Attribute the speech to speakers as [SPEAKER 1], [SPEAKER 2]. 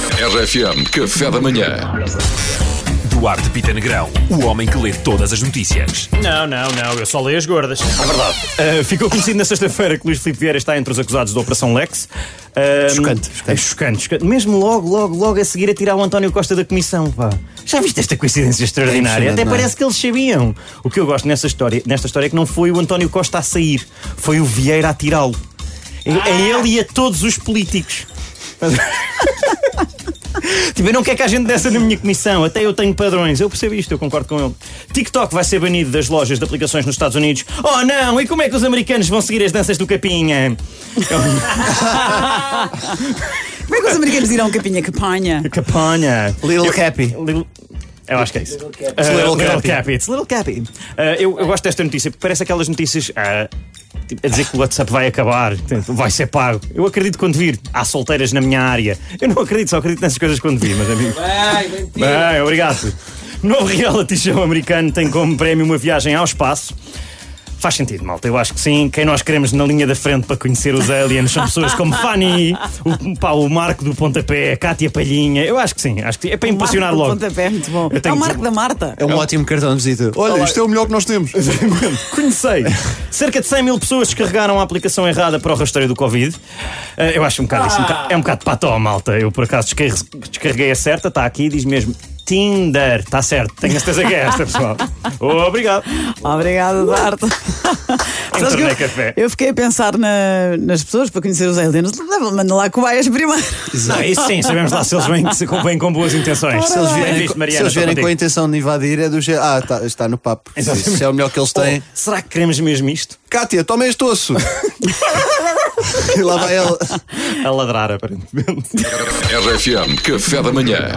[SPEAKER 1] RFM Café da Manhã.
[SPEAKER 2] Duarte Pita Negrão, o homem que lê todas as notícias.
[SPEAKER 3] Não, não, não, eu só leio as gordas. É verdade. ficou conhecido na sexta-feira que Luís Filipe Vieira está entre os acusados da Operação Lex. Ah,
[SPEAKER 4] Chocante,
[SPEAKER 3] É chocante, chocante. Mesmo logo, logo, logo a seguir a tirar o António Costa da comissão, pá. Já viste esta coincidência extraordinária?
[SPEAKER 4] impressionante,
[SPEAKER 3] Até
[SPEAKER 4] não é?
[SPEAKER 3] parece que eles sabiam. O que eu gosto nessa história, nesta história é que não foi o António Costa a sair, foi o Vieira a tirá-lo. É- É
[SPEAKER 4] Ah!
[SPEAKER 3] ele e a todos os políticos. Tipo, eu não quero que a gente dessa na minha comissão, até eu tenho padrões. Eu percebo isto, eu concordo com ele. TikTok vai ser banido das lojas de aplicações nos Estados Unidos. Oh não! E como é que os americanos vão seguir as danças do Capinha?
[SPEAKER 5] Como é que os americanos dirão capinha capanha?
[SPEAKER 3] Capanha!
[SPEAKER 4] Little Happy.
[SPEAKER 3] Little- Eu acho que é isso. Uh,
[SPEAKER 4] Little
[SPEAKER 3] little
[SPEAKER 4] Cappy.
[SPEAKER 3] Cappy. It's Little Cappy. Uh, eu, eu gosto desta notícia, porque parece aquelas notícias ah, tipo, a dizer que o WhatsApp vai acabar, portanto, vai ser pago. Eu acredito quando vir. Há solteiras na minha área. Eu não acredito, só acredito nessas coisas quando vir, mas amigo. Bem, obrigado. Novo reality show americano tem como prémio uma viagem ao espaço. Faz sentido, malta. Eu acho que sim. Quem nós queremos na linha da frente para conhecer os aliens são pessoas como Fanny, o, pá, o Marco do Pontapé, a Cátia Palhinha. Eu acho que sim. Acho que sim. É para impressionar
[SPEAKER 5] Marco do
[SPEAKER 3] logo.
[SPEAKER 5] Pontapé, muito bom.
[SPEAKER 3] Eu
[SPEAKER 5] É
[SPEAKER 3] tenho
[SPEAKER 5] o
[SPEAKER 3] que
[SPEAKER 5] Marco
[SPEAKER 3] dizer-
[SPEAKER 5] da Marta.
[SPEAKER 4] É um ótimo cartão de visita. Olha, isto é o melhor que nós temos.
[SPEAKER 3] Conhecei. Cerca de 100 mil pessoas descarregaram a aplicação errada para o rastreio do Covid. Eh, Eu acho um bocado isso. um bocado- é um bocado pató, malta. Eu, por acaso, descarre- descarreguei a certa. Está aqui, diz mesmo Tinder. Está certo. Tenho a certeza que é esta, pessoal. Obrigado.
[SPEAKER 5] Obrigada,
[SPEAKER 3] Uh!
[SPEAKER 5] Duarte. Sabes que
[SPEAKER 3] Internet
[SPEAKER 5] eu-
[SPEAKER 3] café.
[SPEAKER 5] Eu fiquei a pensar na- nas pessoas para conhecer os aliens. Leva- Manda lá cobaias primeiro.
[SPEAKER 3] Não, é isso sim, sabemos lá se eles vêm, se vêm com boas intenções.
[SPEAKER 4] Se eles
[SPEAKER 3] Bem
[SPEAKER 4] vierem,
[SPEAKER 3] visto, Mariana,
[SPEAKER 4] se eles
[SPEAKER 3] estou
[SPEAKER 4] vierem com a
[SPEAKER 3] contigo.
[SPEAKER 4] intenção de invadir, é do género. Ah, tá- está no papo.
[SPEAKER 3] Exatamente.
[SPEAKER 4] Isso é o melhor que eles têm.
[SPEAKER 3] Oh, será que queremos mesmo isto?
[SPEAKER 4] Cátia, toma este osso. e lá vai ela.
[SPEAKER 3] A ladrar, aparentemente.
[SPEAKER 1] RFM Café da Manhã.